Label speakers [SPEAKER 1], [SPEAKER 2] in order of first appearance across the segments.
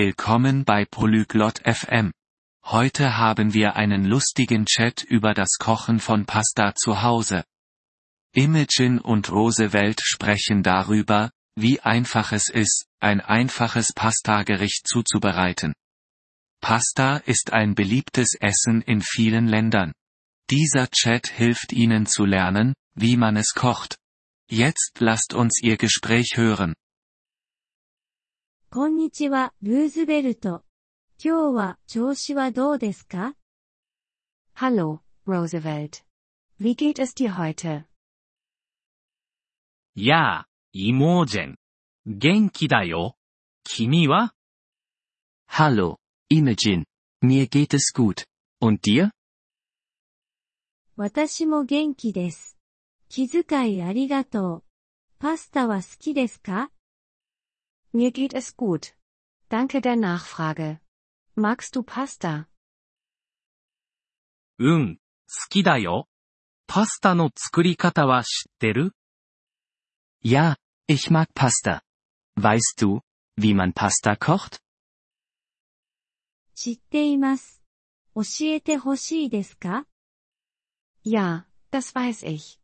[SPEAKER 1] Willkommen bei Polyglot FM. Heute haben wir einen lustigen Chat über das Kochen von Pasta zu Hause. Imogen und Roosevelt sprechen darüber, wie einfach es ist, ein einfaches Pastagericht zuzubereiten. Pasta ist ein beliebtes Essen in vielen Ländern. Dieser Chat hilft Ihnen zu lernen, wie man es kocht. Jetzt lasst uns Ihr Gespräch hören.
[SPEAKER 2] こんにちは、ルーズベルト。今日は調子はどうですか
[SPEAKER 3] Hallo, Roosevelt. Wie geht es dir heute?
[SPEAKER 4] やあ、イモージェン。元気だよ。君は
[SPEAKER 5] Hallo, Imogen. Mir geht es gut. Und dir?
[SPEAKER 2] 私も元気です。気遣いありがとう。パスタは好きですか
[SPEAKER 3] Mir geht es gut. Danke der Nachfrage. Magst du Pasta?
[SPEAKER 4] うん、好きだよ。パスタの作り方は知ってる
[SPEAKER 5] Ja, ich mag Pasta. Weißt du, wie man Pasta kocht?
[SPEAKER 2] 知っています。教えてほしいですか
[SPEAKER 3] Ja, das weiß ich.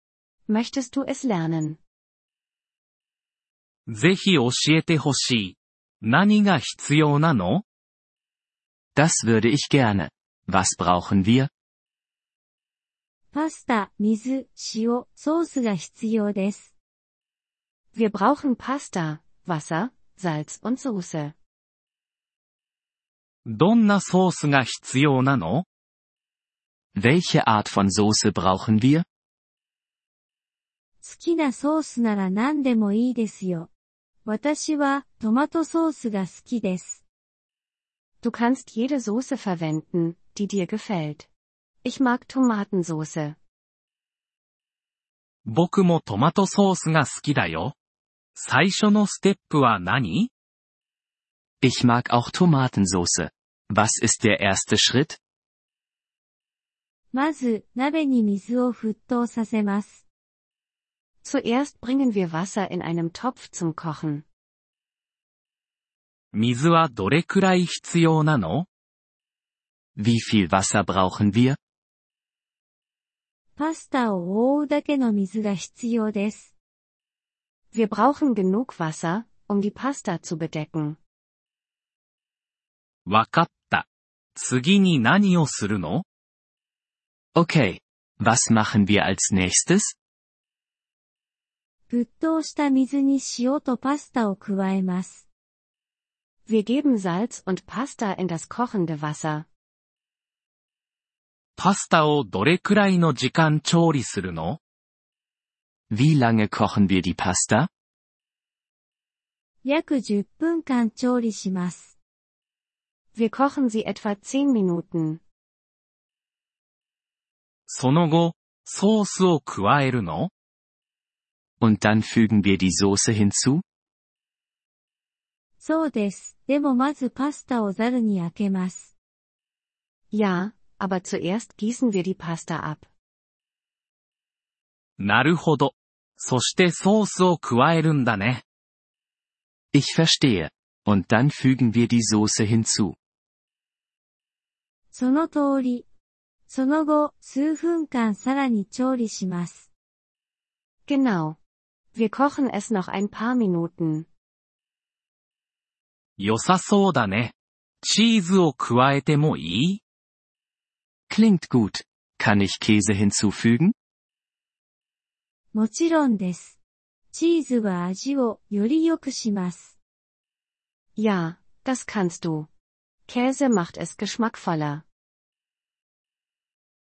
[SPEAKER 3] Möchtest du es lernen?
[SPEAKER 4] ぜひ教えてほしい。何が必要なの
[SPEAKER 5] Das würde ich gerne. Was brauchen wir?
[SPEAKER 2] パスタ、水、塩、ソースが必要です。
[SPEAKER 3] Wir brauchen Pasta, Wasser, Salz und Soße.
[SPEAKER 4] どんなソースが必要なの
[SPEAKER 5] Welche Art von Soße brauchen wir?
[SPEAKER 2] 好きなソースなら何でもいいですよ。私はトマトソースが好きです。
[SPEAKER 3] Du kannst jede Soße verwenden, die dir gefällt. Ich mag Tomatensoße.
[SPEAKER 4] 僕もトマトソースが好きだよ。最初のステップは何
[SPEAKER 5] Ich mag auch Tomatensoße. Was ist der erste Schritt?
[SPEAKER 2] まず、鍋に水を沸騰させます。
[SPEAKER 3] Zuerst bringen wir Wasser in einem Topf zum Kochen.
[SPEAKER 4] 水はどれくらい必要なの
[SPEAKER 5] Wie viel Wasser brauchen wir?
[SPEAKER 2] パスタを覆うだけの水が必要です。
[SPEAKER 3] Wir brauchen genug Wasser, um die Pasta zu bedecken.
[SPEAKER 4] わかった。次に何をするの
[SPEAKER 5] Okay. Was machen wir als nächstes?
[SPEAKER 2] 沸騰した水に塩とパスタを加えます。
[SPEAKER 3] Wir geben Salz und Pasta in das kochende Wasser.
[SPEAKER 4] パスタをどれくらいの時間調理するの
[SPEAKER 5] Wie lange kochen wir die Pasta?
[SPEAKER 2] 約10分間調理します。
[SPEAKER 3] Wir kochen sie etwa 10 Minuten.
[SPEAKER 4] その後、ソースを加えるの
[SPEAKER 5] Und dann fügen wir die Soße hinzu?
[SPEAKER 2] そうです。でもまずパスタをザルにあけます。
[SPEAKER 3] Ja, aber zuerst gießen wir die Pasta ab.
[SPEAKER 4] なるほど。そしてソースを加えるんだね。
[SPEAKER 5] Ich verstehe. Und dann fügen wir die Soße hinzu.
[SPEAKER 2] その通り。その後、数分間さらに調理します。
[SPEAKER 3] Genau. Wir kochen es noch ein paar Minuten.
[SPEAKER 4] 良さそうだね。チーズを加えてもいい
[SPEAKER 5] Klingt gut. Kann ich Käse hinzufügen?
[SPEAKER 2] もちろんです。チーズは味をより良くします。
[SPEAKER 3] Ja, das kannst du. Käse macht es geschmackvoller.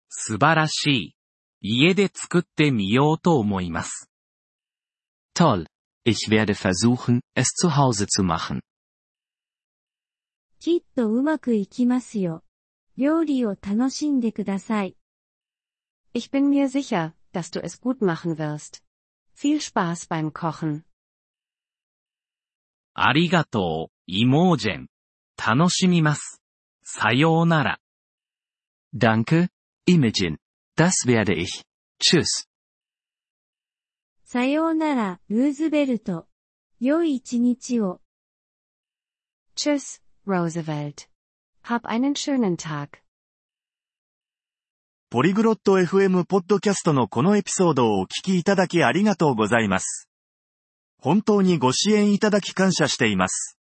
[SPEAKER 4] 素晴らしい。家で作ってみようと思います。
[SPEAKER 5] Toll. Ich werde versuchen, es zu Hause zu machen.
[SPEAKER 2] きっとうまくいきますよ。料理を楽しんでください。
[SPEAKER 3] Ich bin mir sicher, dass du es gut machen wirst. Viel Spaß beim Kochen.
[SPEAKER 4] ありがとう、イモージェン。楽しみます。さようなら。
[SPEAKER 5] Danke, Imogen. Das werde ich. Tschüss.
[SPEAKER 2] さようなら、ルーズベルト。良い一日を。
[SPEAKER 3] Tschüss, Roosevelt. Hab einen schönen Tag.
[SPEAKER 6] ポリグロット FM ポッドキャストのこのエピソードをお聞きいただきありがとうございます。本当にご支援いただき感謝しています。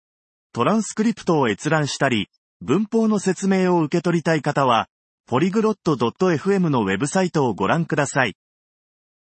[SPEAKER 6] トランスクリプトを閲覧したり、文法の説明を受け取りたい方は、ポリグロット .fm のウェブサイトをご覧ください。